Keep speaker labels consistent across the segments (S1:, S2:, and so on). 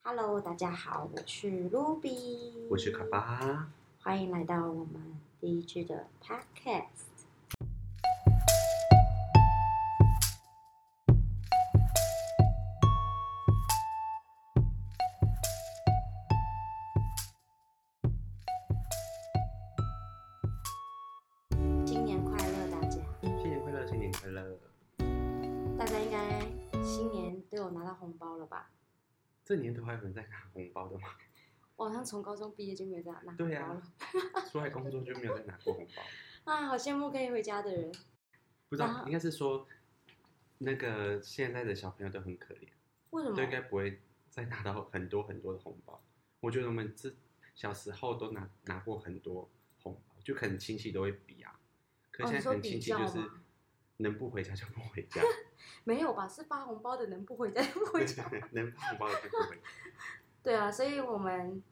S1: Hello，大家好，我是 Ruby，
S2: 我是卡，巴。
S1: 欢迎来到我们第一季的 Podcast。新年快乐，大家！
S2: 新年快乐，新年快乐！
S1: 大家应该新年都有拿到红包了吧？
S2: 这年头还有人在拿红包 的吗？
S1: 我好像从高中毕业就没有再拿红
S2: 对
S1: 包了
S2: 啊，出来工作就没有再拿过红包。
S1: 啊，好羡慕可以回家的人。
S2: 不知道
S1: 那，
S2: 应该是说那个现在的小朋友都很可怜，
S1: 为什么
S2: 都？应该不会再拿到很多很多的红包。我觉得我们自小时候都拿拿过很多红包，就可能亲戚都会比啊。可
S1: 哦你
S2: 是现在
S1: 说
S2: 可能
S1: 比
S2: 亲戚
S1: 较
S2: 就是
S1: 吗
S2: 能不回家就不回 家，
S1: 没有吧？是发红包的能不回家就 不回
S2: 对
S1: 家。
S2: 能不红包的就不回家。
S1: 对啊，所以我们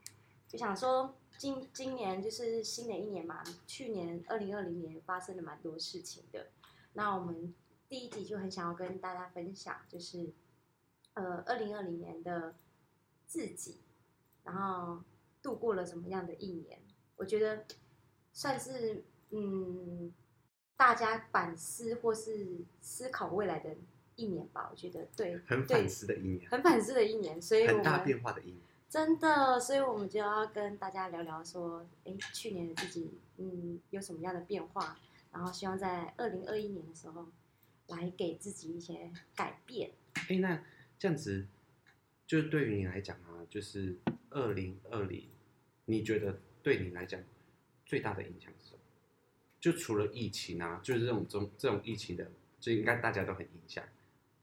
S1: 就想说，今今年就是新的一年嘛，去年二零二零年发生了蛮多事情的。那我们第一集就很想要跟大家分享，就是呃，二零二零年的自己，然后度过了什么样的一年？我觉得算是嗯，大家反思或是思考未来的一年吧。我觉得对，
S2: 很
S1: 对
S2: 反思的一年，
S1: 很反思的一年，所以我
S2: 很
S1: 们
S2: 大变化的一年。
S1: 真的，所以我们就要跟大家聊聊说，哎，去年的自己，嗯，有什么样的变化？然后希望在二零二一年的时候，来给自己一些改变。
S2: 哎，那这样子，就是对于你来讲啊，就是二零二零，你觉得对你来讲最大的影响是什么？就除了疫情啊，就是这种中这种疫情的，就应该大家都很影响。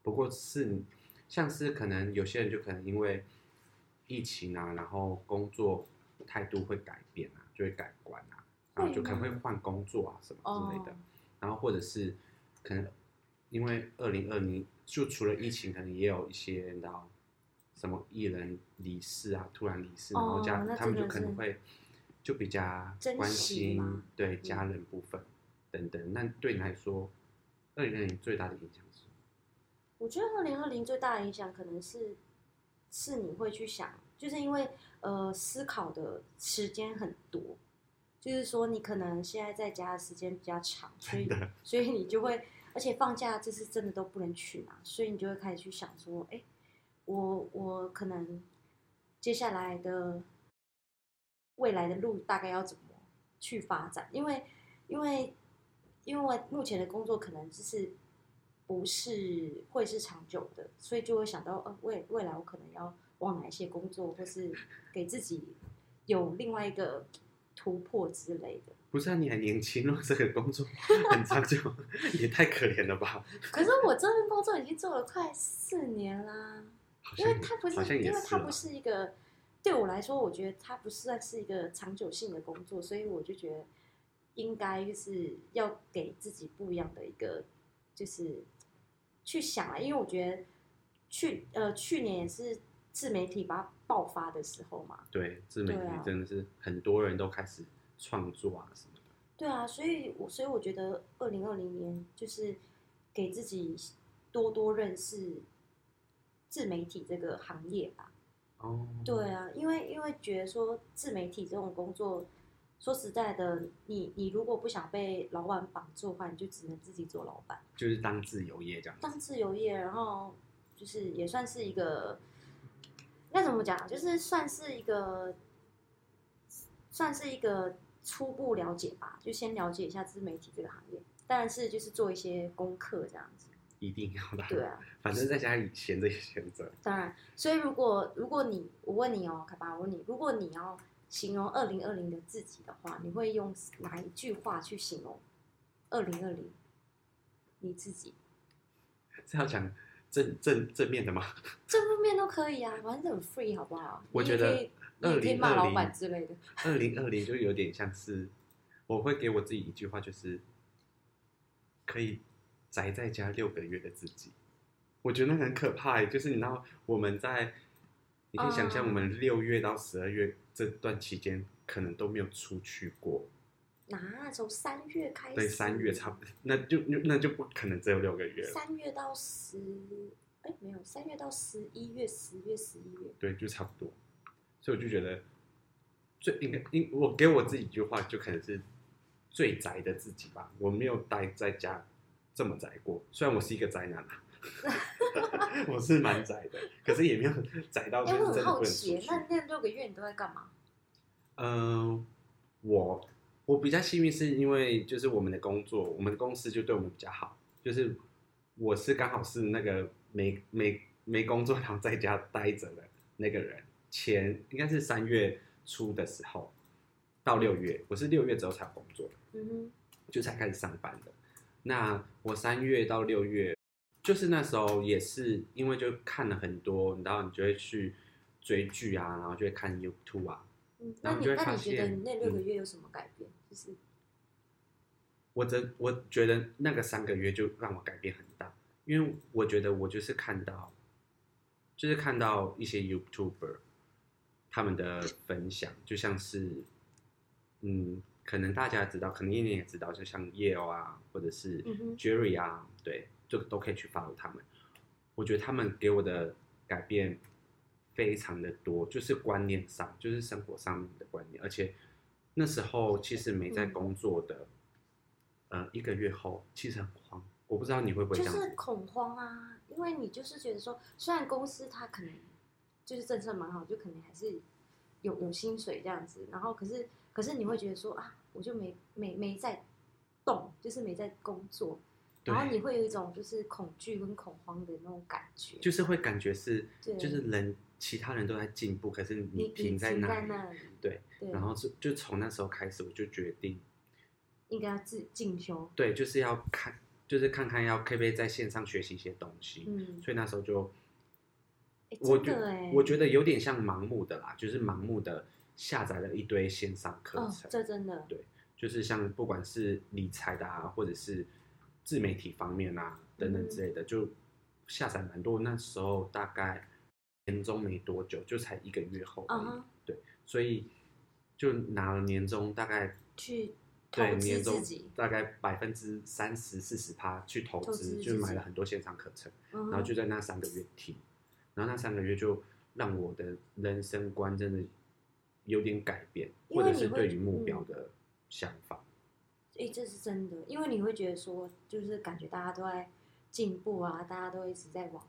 S2: 不过是你像是可能有些人就可能因为疫情啊，然后工作态度会改变啊，就会改观啊，然后就可能会换工作啊什
S1: 哦
S2: 么之类的。然后或者是可能因为二零二零就除了疫情，可能也有一些你知道什么艺人离世啊，突然离世，
S1: 哦
S2: 然后家、
S1: 那
S2: 他们
S1: 真的
S2: 就可能会就比较
S1: 珍
S2: 关
S1: 惜
S2: 心
S1: 吗嗯
S2: 对家人部分、等等。那对你来说，二零二零最大的影响是什么？
S1: 我觉得二零二零最大的影响可能是，是你会去想，就是因为呃思考的时间很多，就是说你可能现在在家的时间比较长，所以
S2: 真的
S1: 所以你就会，而且放假这次真的都不能去嘛，所以你就会开始去想说，哎，我我可能接下来的未来的路大概要怎么去发展，因为因为因为目前的工作可能就是不是会是长久的，所以就会想到，呃，未未来我可能要往哪一些工作，或是给自己有另外一个突破之类的。
S2: 不是啊，你还年轻，如果这个工作很长久， 也太可怜了吧？
S1: 可是我这份工作已经做了快四年啦，
S2: 好
S1: 因
S2: 像
S1: 为
S2: 也
S1: 它不
S2: 好
S1: 是，
S2: 像也
S1: 因为
S2: 是啊
S1: 它
S2: 啦
S1: 不是一个对我来说，我觉得它不算是一个长久性的工作，所以我就觉得应该就是要给自己不一样的一个，就是去想啊，因为我觉得去呃去年也是自媒体把它爆发的时候嘛，
S2: 对自媒体
S1: 对啊
S2: 真的是很多人都开始创作啊什么的。
S1: 对啊，所以我所以我觉得二零二零年就是给自己多多认识自媒体这个行业吧。
S2: 哦，
S1: 对啊，因为因为觉得说自媒体这种工作，说实在的，你你如果不想被老板绑住的话，你就只能自己做老板，
S2: 就是当自由业这样子。
S1: 当自由业，然后就是也算是一个，那怎么讲，啊就是算是一个，算是一个初步了解吧，就先了解一下自媒体这个行业，但是就是做一些功课这样子。
S2: 一定要的。
S1: 对啊，
S2: 反正在家里闲着也闲着。
S1: 当然，所以如果如果你我问你哦，卡巴，我问你，如果你要形容二零二零的自己的话，你会用哪一句话去形容二零二零你自己？
S2: 是要讲正正正面的吗？
S1: 正负面都可以啊，反正很 free 好不好？
S2: 我觉得
S1: 你也可以，你也可以骂
S2: 2020
S1: 老板之类的。
S2: 二零二零就有点像是，我会给我自己一句话，就是可以宅在家六个月的自己。我觉得那很可怕欸，就是你知道我们在，你可以想象
S1: 嗯
S2: 我们六月到十二月这段期间，可能都没有出去过。
S1: 哪从三月开始？
S2: 对，三月差不多，那就那就不可能只有六个月了。
S1: 三月到十，哎、哎，没有，三月到十一月、十月、十一月，
S2: 对，就差不多。所以我就觉得，最应该应我给我自己一句话，就可能是最宅的自己吧。我没有待在家这么宅过，虽然我是一个宅男啊， 我是蛮宅的，可是也没有 宅到就
S1: 哎，
S2: 是
S1: 我很
S2: 真的不
S1: 好
S2: 能出
S1: 奇，
S2: 去。
S1: 那那六个月你都在干嘛？
S2: 嗯，我我比较幸运，是因为就是我们的工作，我们的公司就对我们比较好。就是我是刚好是那个没没没工作，然后在家待着的那个人。前应该是三月初的时候到六月，我是六月之后才有工作，
S1: 嗯哼，
S2: 就才开始上班的。那我三月到六月，就是那时候也是因为就看了很多，然后你就会去追剧啊，然后就会看 YouTube 啊，
S1: 嗯，
S2: 然
S1: 那
S2: 后
S1: 你
S2: 就会
S1: 那
S2: 发
S1: 你觉得
S2: 现
S1: 你那六个
S2: 嗯
S1: 月有什么改变？就是
S2: 我真我觉得那个三个月就让我改变很大，因为我觉得我就是看到，就是看到一些 YouTuber 他们的分享，就像是，嗯，可能大家知道，可能一年也知道，就像 Yale 啊，或者是
S1: 嗯哼
S2: Jerry 啊，对，就都可以去 follow 他们。我觉得他们给我的改变非常的多，就是观念上，就是生活上面的观念，而且那时候其实没在
S1: 嗯
S2: 工作的，呃，一个月后其实很慌，我不知道你会不会
S1: 就
S2: 这样
S1: 是
S2: 子，
S1: 恐慌啊，因为你就是觉得说，虽然公司它可能就是政策蛮好，就可能还是有有薪水这样子，然后可是可是你会觉得说啊，我就没没没在动，就是没在工作，
S2: 对
S1: 然后你会有一种就是恐惧跟恐慌的那种感觉，
S2: 就是会感觉是，
S1: 对
S2: 就是人其他人都在进步，可是
S1: 你
S2: 你
S1: 你
S2: 停在
S1: 停
S2: 那
S1: 在
S2: 里，
S1: 那里，
S2: 对
S1: 对，
S2: 然后就就从那时候开始，我就决定
S1: 应该要自进修，
S2: 对，就是要看，就是看看要可不可以在线上学习一些东西。
S1: 嗯，
S2: 所以那时候就，
S1: 诶
S2: 我觉
S1: 真的哎，
S2: 我觉得有点像盲目的啦，就是盲目的下载了一堆线上课
S1: 哦，
S2: 程，
S1: 这真的，
S2: 就是像不管是理财的啊，或者是自媒体方面啊等
S1: 嗯
S2: 等之类的，就下载蛮多。那时候大概年终没多久，就才一个月后而
S1: 嗯
S2: 已
S1: 哼，
S2: 所以就拿了年终大概
S1: 去投
S2: 对，
S1: 资
S2: 年
S1: 自
S2: 终
S1: 己，
S2: 大概百分之三十四十趴去投
S1: 投
S2: 资，
S1: 资
S2: 就
S1: 自
S2: 买
S1: 己
S2: 了很多线上课程，
S1: 然
S2: 然后就在那三个月停，然后那三个月就让我的人生观真的有点改变，
S1: 因为
S2: 或者是
S1: 你会
S2: 对
S1: 觉
S2: 于
S1: 得
S2: 目
S1: 嗯
S2: 标的想法。
S1: 诶，这是真的，因为你会觉得说，就是感觉大家都在进步啊，大家都一直在往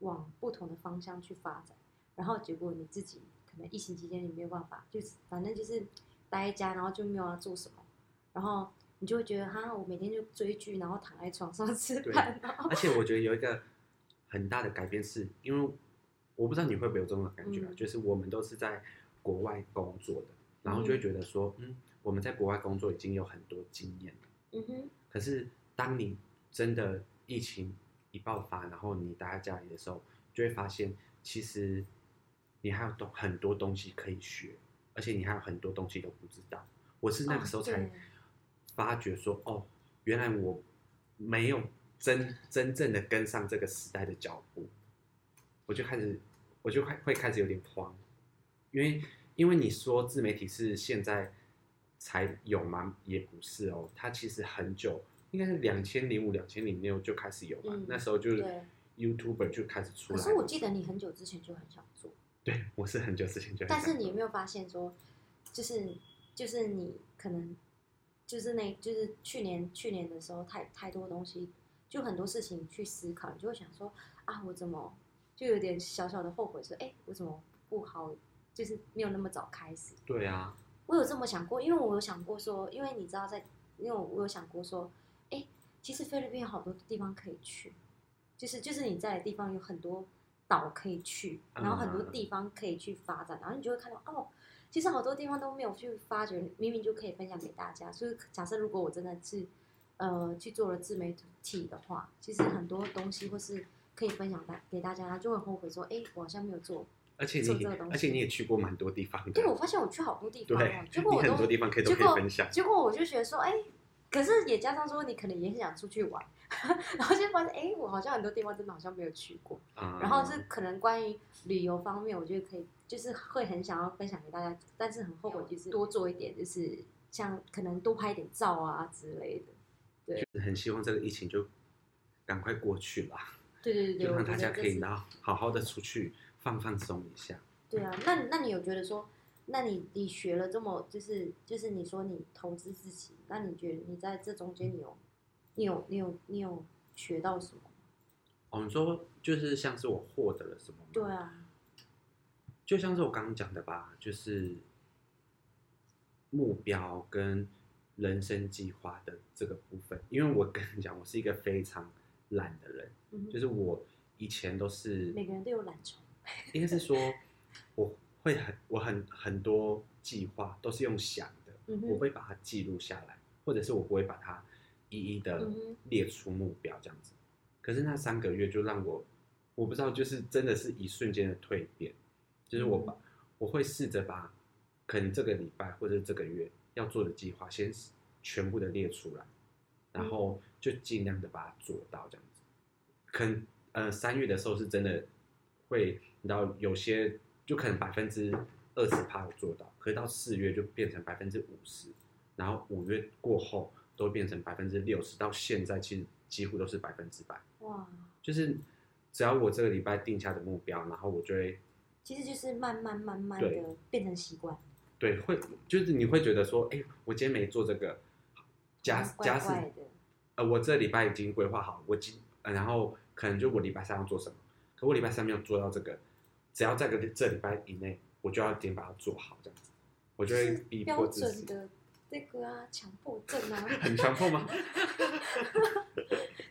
S1: 往不同的方向去发展，然后结果你自己可能疫情期间你没有办法，就是反正就是待在家，然后就没有要做什么，然后你就会觉得哈，我每天就追剧，然后躺在床上 吃
S2: 对啊
S1: 饭，然后
S2: 而且我觉得有一个很大的改变是，因为我不知道你会不会有这种感觉啊，
S1: 嗯
S2: 就是我们都是在国外工作的，然后就会
S1: 嗯
S2: 觉得说，嗯，我们在国外工作已经有很多经验了。
S1: 嗯哼，
S2: 可是当你真的疫情一爆发，然后你待在家里的时候，就会发现其实你还有东很多东西可以学，而且你还有很多东西都不知道。我是那个
S1: 哦
S2: 时候
S1: 对
S2: 才发觉说，哦，原来我没有真真正的跟上这个时代的脚步，我就开始我就会会开始有点慌，因为因为你说自媒体是现在才有吗？也不是哦，它其实很久，应该是两千零五、两千零六就开始有吧。
S1: 嗯
S2: 那时候就是
S1: 对
S2: YouTuber 就开始出
S1: 可
S2: 来了。
S1: 是我记得你很久之前就很想做。
S2: 对我是很久之前就很
S1: 但是
S2: 想
S1: 你有没有发现说，就是就是你可能就是那就是去年去年的时候太太多东西，就很多事情去思考，你就会想说啊，我怎么就有点小小的后悔说，哎，我怎么不好，就是没有那么早开始。
S2: 对啊，
S1: 我有这么想过，因为我有想过说，因为你知道在，因为我有想过说，哎，其实菲律宾有好多地方可以去，就是就是你在的地方有很多岛可以去，
S2: 嗯
S1: 然后很多地方可以去发展，然后你就会看到哦，其实好多地方都没有去发掘，明明就可以分享给大家。所以假设如果我真的是呃去做了自媒体的话，其实很多东西或是可以分享大给大家，就会后悔说，哎，我好像没有做。
S2: 而且
S1: 做
S2: 你
S1: 这个东西
S2: 而且你也去过蛮多地方的，
S1: 对，我发现我去好多地方
S2: 对
S1: 哦，结果
S2: 你
S1: 我都
S2: 很多地方可以都
S1: 结
S2: 可以
S1: 果
S2: 分享。
S1: 结果我就觉得说，哎、可是也加上说你可能也很想出去玩， 然后就发现，哎、我好像很多地方真的好像没有去过。
S2: 啊
S1: 然后是可能关于旅游方面，我觉得可以，就是会很想要分享给大家，但是很后悔就是多做一点，就是像可能多拍一点照啊之类的。
S2: 很希望这个疫情就赶快过去啦。
S1: 对对对，
S2: 就
S1: 我
S2: 让
S1: 觉
S2: 大
S1: 得
S2: 家
S1: 这
S2: 可以
S1: 是
S2: 然后好好的出去放放松一下。
S1: 对啊，那那你有觉得说，那你你学了这么，就是就是你说你投资自己，那你觉得你在这中间你有你有你有你有学到什么？
S2: 我们说就是像是我获得了什么，
S1: 对，啊，
S2: 就像是我刚刚讲的吧，就是目标跟人生计划的这个部分。因为我跟你讲，我是一个非常懒的人，
S1: 嗯哼
S2: 就是我以前都是
S1: 每个人都有懒虫，
S2: 应该是说，我会很我很很多计划都是用想的，
S1: 嗯哼
S2: 我会把它记录下来，或者是我不会把它一一的
S1: 嗯哼
S2: 列出目标这样子。可是那三个月就让我，我不知道，就是真的是一瞬间的蜕变，就是我把、我会试着把可能这个礼拜或者这个月要做的计划先全部的列出来，然后就尽量的把它做到这样子。可能呃三月的时候是真的会，你知道有些就可能百分之二十趴有做到，可是到四月就变成百分之五十，然后五月过后都变成百分之六十，到现在其实几乎都是百分之百，
S1: 哇，
S2: 就是只要我这个礼拜定下的目标，然后我就会
S1: 其实就是慢慢慢慢
S2: 对
S1: 的变成习惯，
S2: 对会就是你会觉得说，哎，我今天没做这个，假
S1: 嗯怪
S2: 假使
S1: 怪的，
S2: 呃，我这礼拜已经规划好，我今、呃然后可能就我礼拜三要做什么，可我礼拜三没有做到这个，只要在个这礼拜以内，我就要点把它做好，这样子，我就会
S1: 是
S2: 逼迫
S1: 标
S2: 自
S1: 准
S2: 己。
S1: 的那个啊，强迫症啊，
S2: 很强迫吗？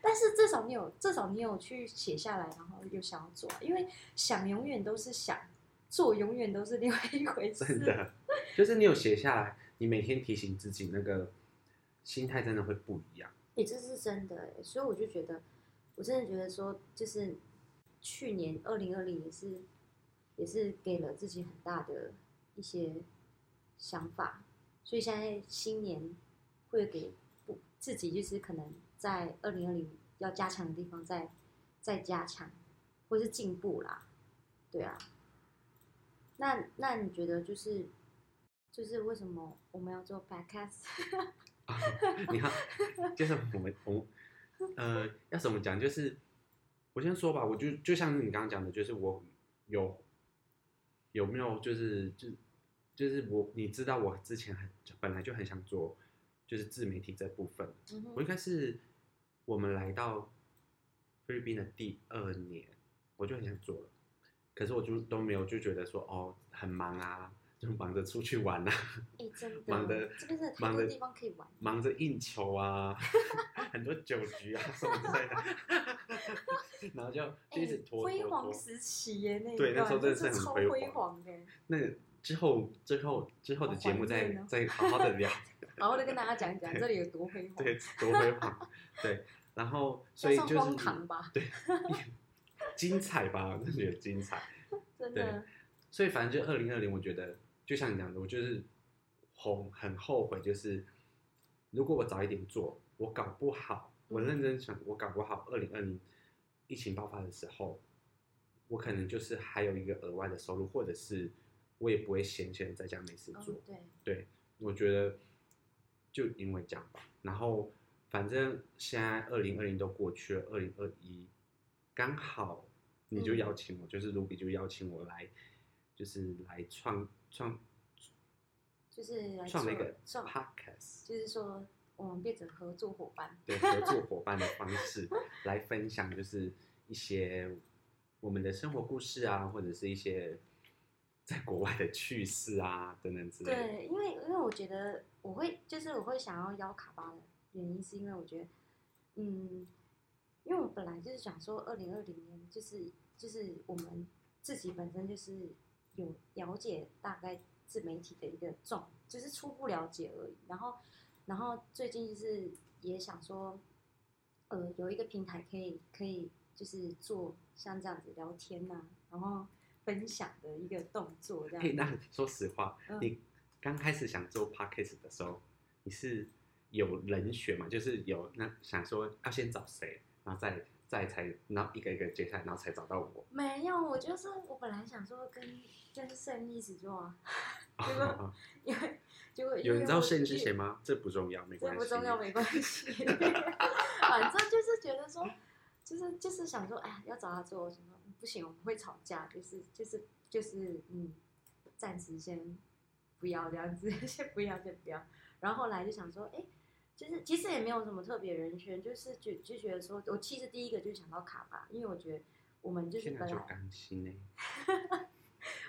S1: 但是至少你有，至少你有去写下来，然后有想要做啊，因为想永远都是想，做永远都是另外一回事。
S2: 真的， 就是你有写下来，你每天提醒自己，那个心态真的会不一样。
S1: 也、这是真的欸、所以我就觉得，我真的觉得说，就是去年二零二零也是，也是给了自己很大的一些想法，所以现在新年会给不自己就是可能在二零二零要加强的地方再再加强，或是进步啦，对啊。那那你觉得就是就是为什么我们要做 podcast？
S2: 你看，就是我们我们呃，要怎么讲？就是我先说吧，我就就像你刚刚讲的，就是我有有没有就是就就是我你知道我之前很本来就很想做就是自媒体这部分，
S1: 嗯哼
S2: 我应该是我们来到菲律宾的第二年，我就很想做了，可是我就都没有就觉得说哦很忙啊，就忙着出去玩啊，
S1: 哎、真的，
S2: 忙得
S1: 这边真的太
S2: 忙
S1: 多
S2: 得
S1: 地方可以玩。
S2: 忙着应酬啊， 很多酒局啊什么之类的， 然后就就一直
S1: 哎
S2: 拖
S1: 辉
S2: 拖
S1: 煌
S2: 拖。
S1: 时期耶，那一
S2: 对那
S1: 段
S2: 时候真的是
S1: 是
S2: 很
S1: 超
S2: 辉
S1: 辉
S2: 煌
S1: 煌的。
S2: 那之后之后之后的节目
S1: 好怀
S2: 再
S1: 念哦
S2: 再好好 的聊，
S1: 好好的跟大家讲 一讲这里有多辉煌，
S2: 对，多辉煌，对，然后所
S1: 加
S2: 以
S1: 上
S2: 就是
S1: 荒唐吧，
S2: 精彩吧，真的觉得精彩。
S1: 真的。
S2: 所以反正就二零二零，我觉得就像你讲的，我就是后很后悔，就是如果我早一点做，我搞不好，我认真想，我搞不好二零二零疫情爆发的时候，我可能就是还有一个额外的收入，或者是我也不会闲闲地在家没事
S1: 哦
S2: 做。
S1: 对，
S2: 对，我觉得就因为这样吧。然后反正现在二零二零都过去了，二零二一刚好你就
S1: 嗯
S2: 邀请我，就是 Ruby 就邀请我来，就是来创创
S1: 就是来
S2: 创了一
S1: 做
S2: 个
S1: 创，
S2: podcast，
S1: 就是说我们变成合作伙伴。
S2: 对合作伙伴的方式来分享，就是一些我们的生活故事啊，或者是一些在国外的趣事啊等等之类的。
S1: 对，因为因为我觉得我会就是我会想要邀卡巴的原因，是因为我觉得，嗯，因为我本来就是想说，二零二零年就是就是我们自己本身就是有了解大概自媒体的一个状，就是初步了解而已。然后然后最近就是也想说，呃，有一个平台可以可以就是做像这样子聊天呐、然后分享的一个动作这样
S2: 嘿，那 说实话，
S1: 嗯
S2: 你刚开始想做 podcast 的时候，你是有人选嘛？就是有那想说要先找谁，然后再再才，然后一个一个接下来，然后才找到我。
S1: 没有，我就是我本来想说跟跟圣一起做啊，结果因为 结果因为
S2: 有人知道
S1: 我
S2: 圣是谁？吗？这不重要，没
S1: 这
S2: 关系。
S1: 不重要，没关系。反正就是觉得说，就是就是想说，哎，要找他做，我想说嗯不行，我们会吵架，就是就是就是嗯，暂时先不要这样子， 先不要，先不要。然后后来就想说，哎，就是其实也没有什么特别人选，就是就就觉得说，我其实第一个就想到卡巴，因为我觉得我们就是
S2: 现在
S1: 本
S2: 就
S1: 来
S2: 甘心欸呢、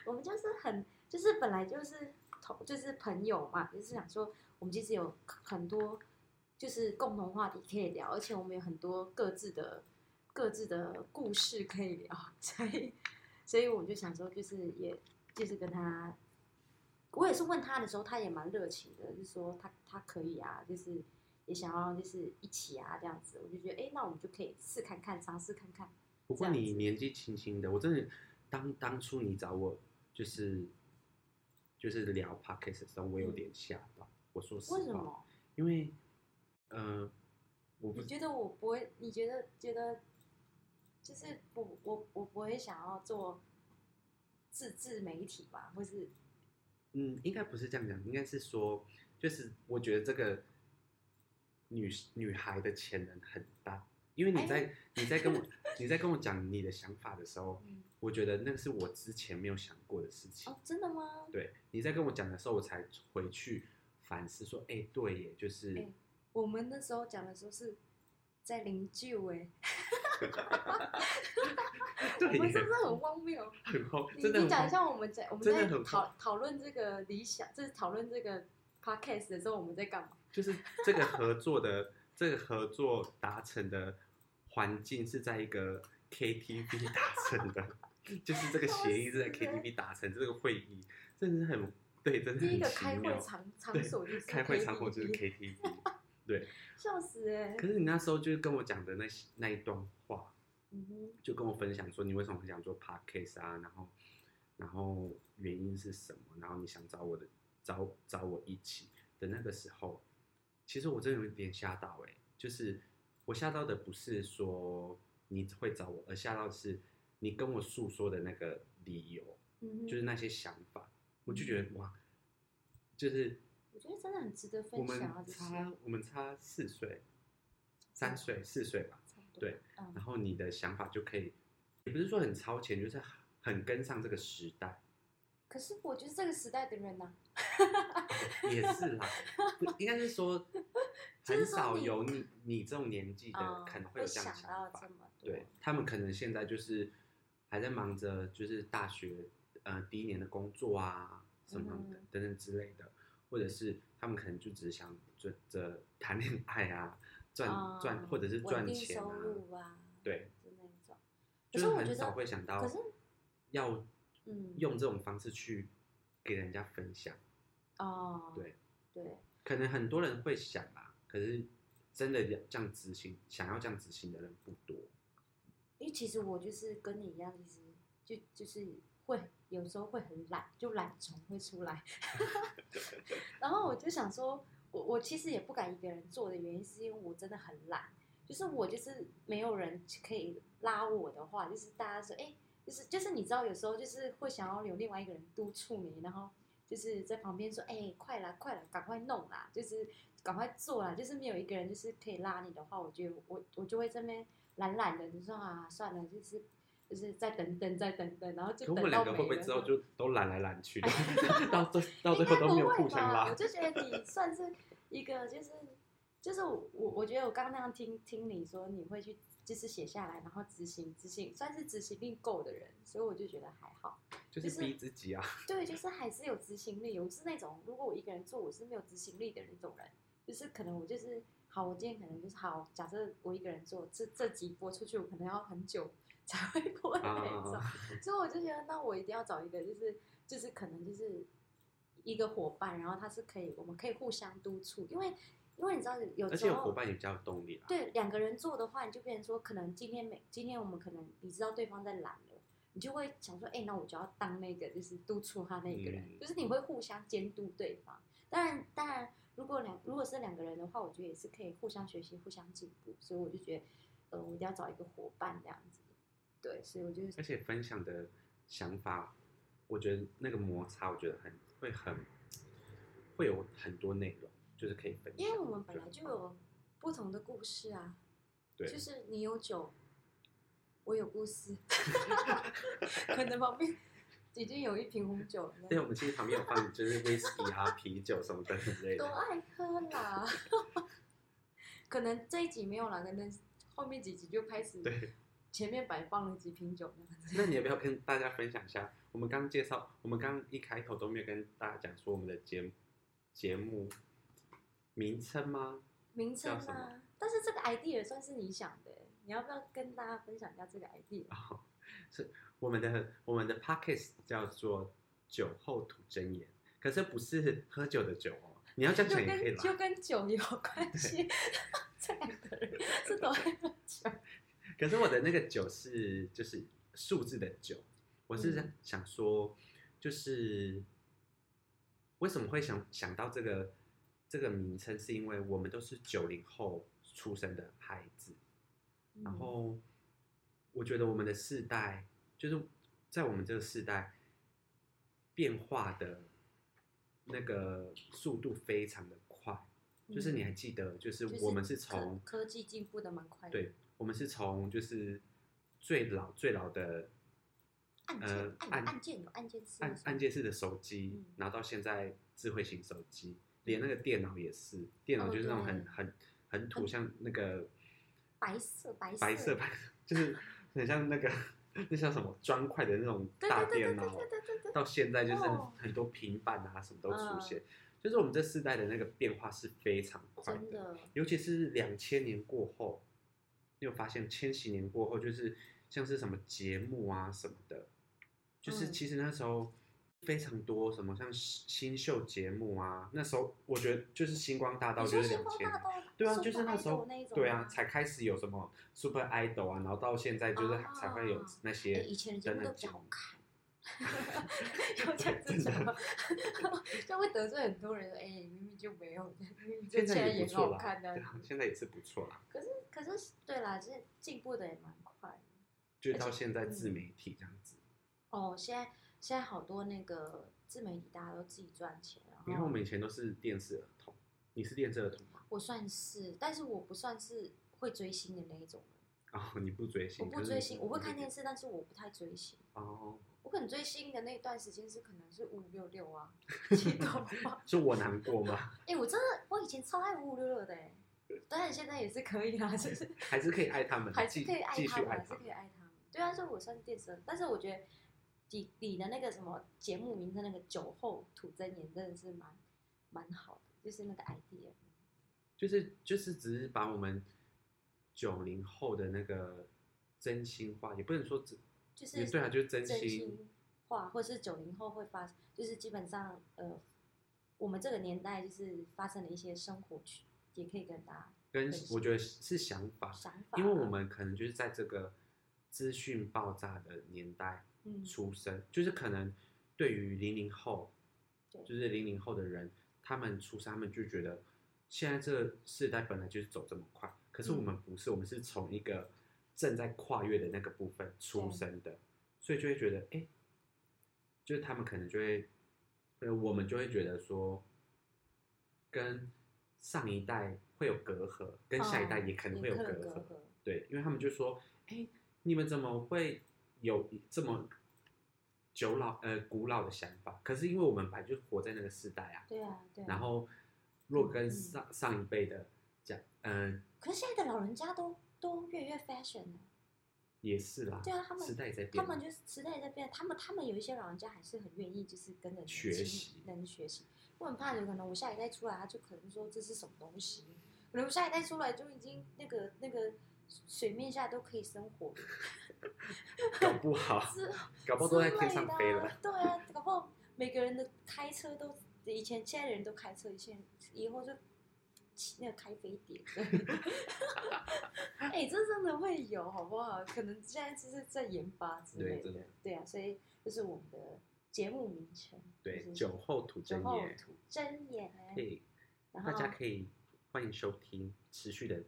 S1: 我们就是很，就是本来就是同，就是朋友嘛，就是想说，我们其实有很多就是共同话题可以聊，而且我们有很多各自的各自的故事可以聊， 所以所以我就想说，就是也就是跟他，我也是问他的时候，他也蛮热情的，就说他他可以啊，就是也想要就是一起啊这样子，我就觉得哎、诶那我们就可以试看看，尝试看看，
S2: 不过
S1: 这样
S2: 你年纪轻轻的，我真的当当初你找我就是就是聊 podcast 的时候，我有点吓到。我说实话，
S1: 嗯为什么？
S2: 因为呃，我不
S1: 你觉得我不会？你觉得觉得就是不我我不会想要做自自媒体吧，或是
S2: 嗯，应该不是这样讲，应该是说，就是我觉得这个女女孩的潜能很大，因为你
S1: 哎
S2: 在、你在跟我你在跟我讲你的想法的时候，
S1: 嗯
S2: 我觉得那是我之前没有想过的事情。
S1: 哦，真的吗？
S2: 对，你在跟我讲的时候，我才回去反思说，哎、对耶，就是、
S1: 哎我们那时候讲的时候是在邻居哎，我
S2: 对
S1: 哎们
S2: 耶
S1: 是，不是很荒 谬？
S2: 很荒，
S1: 你
S2: 真的
S1: 你
S2: 很
S1: 讲一
S2: 荒
S1: 下我们在我们
S2: 真的
S1: 在
S2: 很
S1: 讨讨论这个理想，就是讨论这个 podcast 的时候我们在干嘛？
S2: 就是这个合作的这个合作达成的环境是在一个 KTV 达成的，就是这个协议是在
S1: 笑死了
S2: KTV 达成，这个会议真的是很对，真的
S1: 第一
S2: 很
S1: 个
S2: 奇
S1: 开会
S2: 妙。
S1: 场场
S2: 对
S1: 所就是
S2: 开会场所
S1: KTV
S2: 就是 KTV，对。
S1: 笑死哎，
S2: 可是你那时候就是跟我讲的那些那一段话，
S1: 嗯哼，
S2: 就跟我分享说你为什么很想做 podcast 啊，然后然后原因是什么，然后你想找我的找找我一起的那个时候，其实我真的有点吓到哎、就是我吓到的不是说你会找我，而吓到的是你跟我诉说的那个理由，
S1: 嗯哼，
S2: 就是那些想法，我就
S1: 嗯
S2: 觉得哇，就是
S1: 我觉得真的很值得
S2: 我
S1: 分
S2: 们
S1: 享啊，这些
S2: 差我们差四岁，三岁四岁吧，
S1: 差不多
S2: 对，
S1: 嗯
S2: 然后你的想法就可以，也不是说很超前，就是很跟上这个时代，
S1: 可是我就是这个时代的人呐、
S2: 也是啦，不应该是说
S1: 就是说
S2: 很少
S1: 你
S2: 有你你这种年纪的
S1: 嗯，
S2: 可能
S1: 会
S2: 有这样的
S1: 想到
S2: 想法
S1: 这，么多，
S2: 对他们可能现在就是还在忙着就是大学呃第一年的工作啊什么的
S1: 嗯
S2: 等等之类的，或者是他们可能就只是想着着谈恋爱啊，赚
S1: 嗯
S2: 赚或者是
S1: 稳
S2: 赚
S1: 定
S2: 钱
S1: 收
S2: 啊，
S1: 入啊，
S2: 对，
S1: 就那一种。可
S2: 就是是
S1: 我觉
S2: 很少
S1: 得，
S2: 会想到，
S1: 可是
S2: 要
S1: 嗯，
S2: 用这种方式去给人家分享。
S1: 哦，
S2: 对
S1: 对，
S2: 可能很多人会想啦，可是真的要这样执行，想要这样执行的人不多。
S1: 因为其实我就是跟你一样，其实就就是会有时候会很懒，就懒虫会出来。然后我就想说，我我其实也不敢一个人做的原因，是因为我真的很懒，就是我就是没有人可以拉我的话，就是大家说，哎、就是就是你知道，有时候就是会想要有另外一个人督促你，然后就是在旁边说，哎、快啦快啦，赶快弄啦，就是赶快做啦，就是没有一个人就是可以拉你的话，我觉得我我就会这边懒懒的，就说啊算了，就是就是再等等再等等，然后就
S2: 可我
S1: 等
S2: 们
S1: 到
S2: 两
S1: 没
S2: 个
S1: 了。
S2: 会不会之后就都懒来 懒去的， 到最到
S1: 应
S2: 最
S1: 该
S2: 后
S1: 不
S2: 都没有
S1: 会
S2: 互相
S1: 吧？我
S2: 拉？
S1: 就觉得你算是一个，就是就是我我觉得我刚刚那样听听你说，你会去就是写下来，然后执行执行，算是执行力够的人，所以我就觉得还好。
S2: 就是
S1: 就是
S2: 逼自己啊。
S1: 对，就是还是有执行力。我是那种如果我一个人做，我是没有执行力的那种人。就是可能我就是好，我今天可能就是好，假设我一个人做这这集播出去，我可能要很久 才会播的那一种。
S2: 啊，
S1: 所以我就觉得，那我一定要找一个，就是就是可能就是一个伙伴，然后他是可以，我们可以互相督促，因为因为你知道有
S2: 而且
S1: 时
S2: 有伙
S1: 候
S2: 伴也比较有动力啦。
S1: 对两个人做的话，你就变成说，可能今天每今天我们可能你知道对方在懒了，你就会想说，哎、那我就要当那个就是督促他那个人，
S2: 嗯
S1: 就是你会互相监督对方。当然，当然，如果两如果是两个人的话，我觉得也是可以互相学习、互相进步，所以我就觉得，呃，我一定要找一个伙伴这样子。对，所以我就
S2: 而且分享的想法，我觉得那个摩擦，我觉得很会很会有很多内容，就是可以分享。
S1: 因为我们本来就有不同的故事啊，
S2: 对
S1: 就是你有酒，我有故事，可能旁边已经有一瓶红酒了，
S2: 对，我们其实旁边有放就是威士忌啊、啤酒什么等等之类
S1: 都
S2: 的。
S1: 爱喝啦。可能这一集没有啦，可能后面几集就开始
S2: 对，
S1: 前面摆放了几瓶酒那样子。
S2: 那你要不要跟大家分享一下？我们刚介绍，我们刚一开头都没有跟大家讲说我们的节目节目名称吗？
S1: 名称
S2: 叫什么
S1: 啊，但是这个 idea 算是你想的，你要不要跟大家分享一下这个 idea？
S2: 哦，是我们的我们的 podcast 叫做酒后吐真言，可是不是喝酒的酒哦。你要这样
S1: 就
S2: 讲也可以
S1: 跟就
S2: 啦，
S1: 跟酒有关系，这两个人是都爱喝酒。
S2: 可是我的那个酒是就是数字的酒，我是
S1: 嗯
S2: 想说，就是为什么会想想到这个这个名称，是因为我们都是九零后出生的孩子，
S1: 嗯
S2: 然后我觉得我们的世代，就是在我们这个世代变化的那个速度非常的快。
S1: 嗯
S2: 就是你还记得，就是
S1: 就是
S2: 我们是
S1: 科
S2: 从
S1: 科技进步的蛮快的，
S2: 对，我们是从就是最老最老的
S1: 按
S2: 呃
S1: 键
S2: 按
S1: 按按键有按键式
S2: 按
S1: 的手
S2: 按键式的手机，
S1: 嗯
S2: 然后到现在智慧型手机，连那个电脑也是，电脑
S1: 哦
S2: 就是那种很、
S1: 对哦
S2: 很很土，像那个
S1: 白色白色
S2: 白色白色，就是很像那个那叫什么砖块的那种
S1: 对
S2: 大
S1: 对对
S2: 电
S1: 对
S2: 脑，
S1: 对对对对对，
S2: 到现在就是
S1: 哦嗯
S2: 很多平板啊什么都出现，就是我们这世代的那个变化是非常快
S1: 真的
S2: 尤其是两千年过后，你有发现千禧年过后，就是像是什么节目啊什么的，就是
S1: 嗯
S2: 其实那时候非常多什么像新秀节目啊，那时候我觉得就是星光大道
S1: 你
S2: 就
S1: 说
S2: 是
S1: 星
S2: 两
S1: 光
S2: 千
S1: 大。道
S2: 对啊，
S1: Super
S2: 就是那时候
S1: Idol 那一种，
S2: 对啊，才开始有什么 Super Idol 啊，然后到现在就是
S1: 啊
S2: 才会有那些
S1: 哎以前的节目
S2: 等
S1: 都
S2: 等
S1: 比较
S2: 节
S1: 好
S2: 目
S1: 看。要这 样子讲吗， 这样会得罪很多人。哎，明明就没有，明明就现
S2: 现
S1: 在
S2: 在也
S1: 也很
S2: 不错
S1: 好
S2: 啦，
S1: 看的
S2: 对。啊，现在也是不错啦，
S1: 可是可是，对啦，就是进步的也蛮快的。
S2: 就
S1: 而
S2: 到
S1: 且
S2: 现在
S1: 嗯
S2: 自媒体这样子。
S1: 哦，现在现在好多那个自媒体，大家都自己赚钱，然后
S2: 你看我们以前都是电视儿童，你是电视儿童吗？
S1: 我算是，但是我不算是会追星的那一种人，
S2: 哦，你不追星？
S1: 我
S2: 可
S1: 不
S2: 是
S1: 追
S2: 你
S1: 星，我会看电
S2: 视。
S1: 视，但是我不太追星。
S2: 哦，
S1: 我可能追星的那一段时间是可能是五五六六 啊，七懂吗？
S2: 是我难过吗？
S1: 哎、我真的我以前超爱五五六六的哎、当然现在也是可以啦，就是
S2: 还是可以爱他们，
S1: 还是
S2: 继
S1: 可以爱
S2: 继
S1: 他
S2: 续
S1: 们，
S2: 爱
S1: 还是
S2: 他
S1: 可
S2: 们。
S1: 以爱他们。对啊，所以我算是电视人，但是我觉得你你的那个什么节目名称那个酒后吐真言真的是蛮蛮好的，就是那个 idea。
S2: 就是就是只是把我们九零后的那个真心话，也不能说只
S1: 就是
S2: 也对啊，就是真
S1: 真
S2: 心。
S1: 心话，或是九零后会发，就是基本上呃，我们这个年代就是发生了一些生活趣，也可以跟大
S2: 跟
S1: 真心
S2: 我觉得是想法
S1: 家，想法啊，
S2: 因为我们可能就是在这个资讯爆炸的年代
S1: 嗯
S2: 出生，就是可能对于零零后，
S1: 对
S2: 就是零零后的人，他们出生，他们就觉得现在这个世代本来就是走这么快，可
S1: 嗯
S2: 是我们不是，我们是从一个正在跨越的那个部分出生的，所以就会觉得，哎、就是他们可能就会，呃，我们就会觉得说，跟上一代会有隔阂，跟下一代也可能会有
S1: 哦也
S2: 隔
S1: 可
S2: 阂
S1: 能，隔阂，
S2: 对，因为他们就说，哎，你们怎么会有这么久老呃古老的想法？可是因为我们本来就活在那个时代啊，
S1: 对啊对啊。
S2: 然后若跟
S1: 嗯
S2: 上、上一辈的讲，嗯、呃，
S1: 可是现在的老人家都都越来越 fashion 了。
S2: 也是啦，
S1: 对啊他们
S2: 时代也在变
S1: 他
S2: 啊，
S1: 们就是时代也在变，他们他们有一些老人家还是很愿意，就是跟着年轻
S2: 学习
S1: 人学习。我很怕有可能我下一代出来，他就可能说这是什么东西，可能我下一代出来就已经那个那个水面下都可以生活了，
S2: 搞不好，
S1: 之
S2: 搞不好都在天上飞了。
S1: 之类的啊。对啊，搞不好每个人的开车都以前现在的人都开车，以前以后就骑那个开飞 碟。哎、这真的会有好不好？可能现在就是在研发之类
S2: 对真的
S1: 对啊，所以这是我们的节目名称，
S2: 对
S1: 就，是
S2: 酒后吐真
S1: 酒后
S2: 言，
S1: 吐真言。
S2: 可以，
S1: 然
S2: 大
S1: 后
S2: 家可以欢迎收听持续的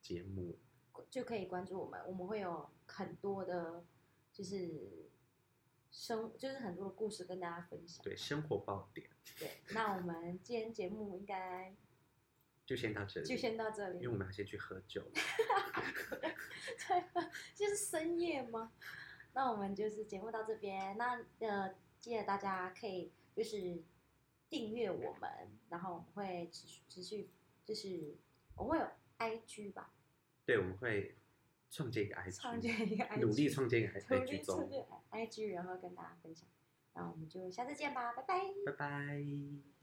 S2: 节目。
S1: 就可以关注我们，我们会有很多的，就是生，就是很多的故事跟大家分享。
S2: 对，生活爆点。
S1: 对，那我们今天节目应该
S2: 就先到这里，
S1: 就先到这
S2: 因为
S1: 里。
S2: 我们要先去喝 酒。
S1: 对，就是深夜吗？那我们就是节目到这边，那呃，记得大家可以就是订阅我们，然后我们会持续持续就是我会有 IG 吧，
S2: 对，我们会创建一个 IG，
S1: 创建一个 IG，
S2: 努力创建一个
S1: 努力
S2: IG
S1: 创
S2: 中，
S1: 建 IG，然后跟大家分享。那我们就下次见吧，拜拜。
S2: 拜拜。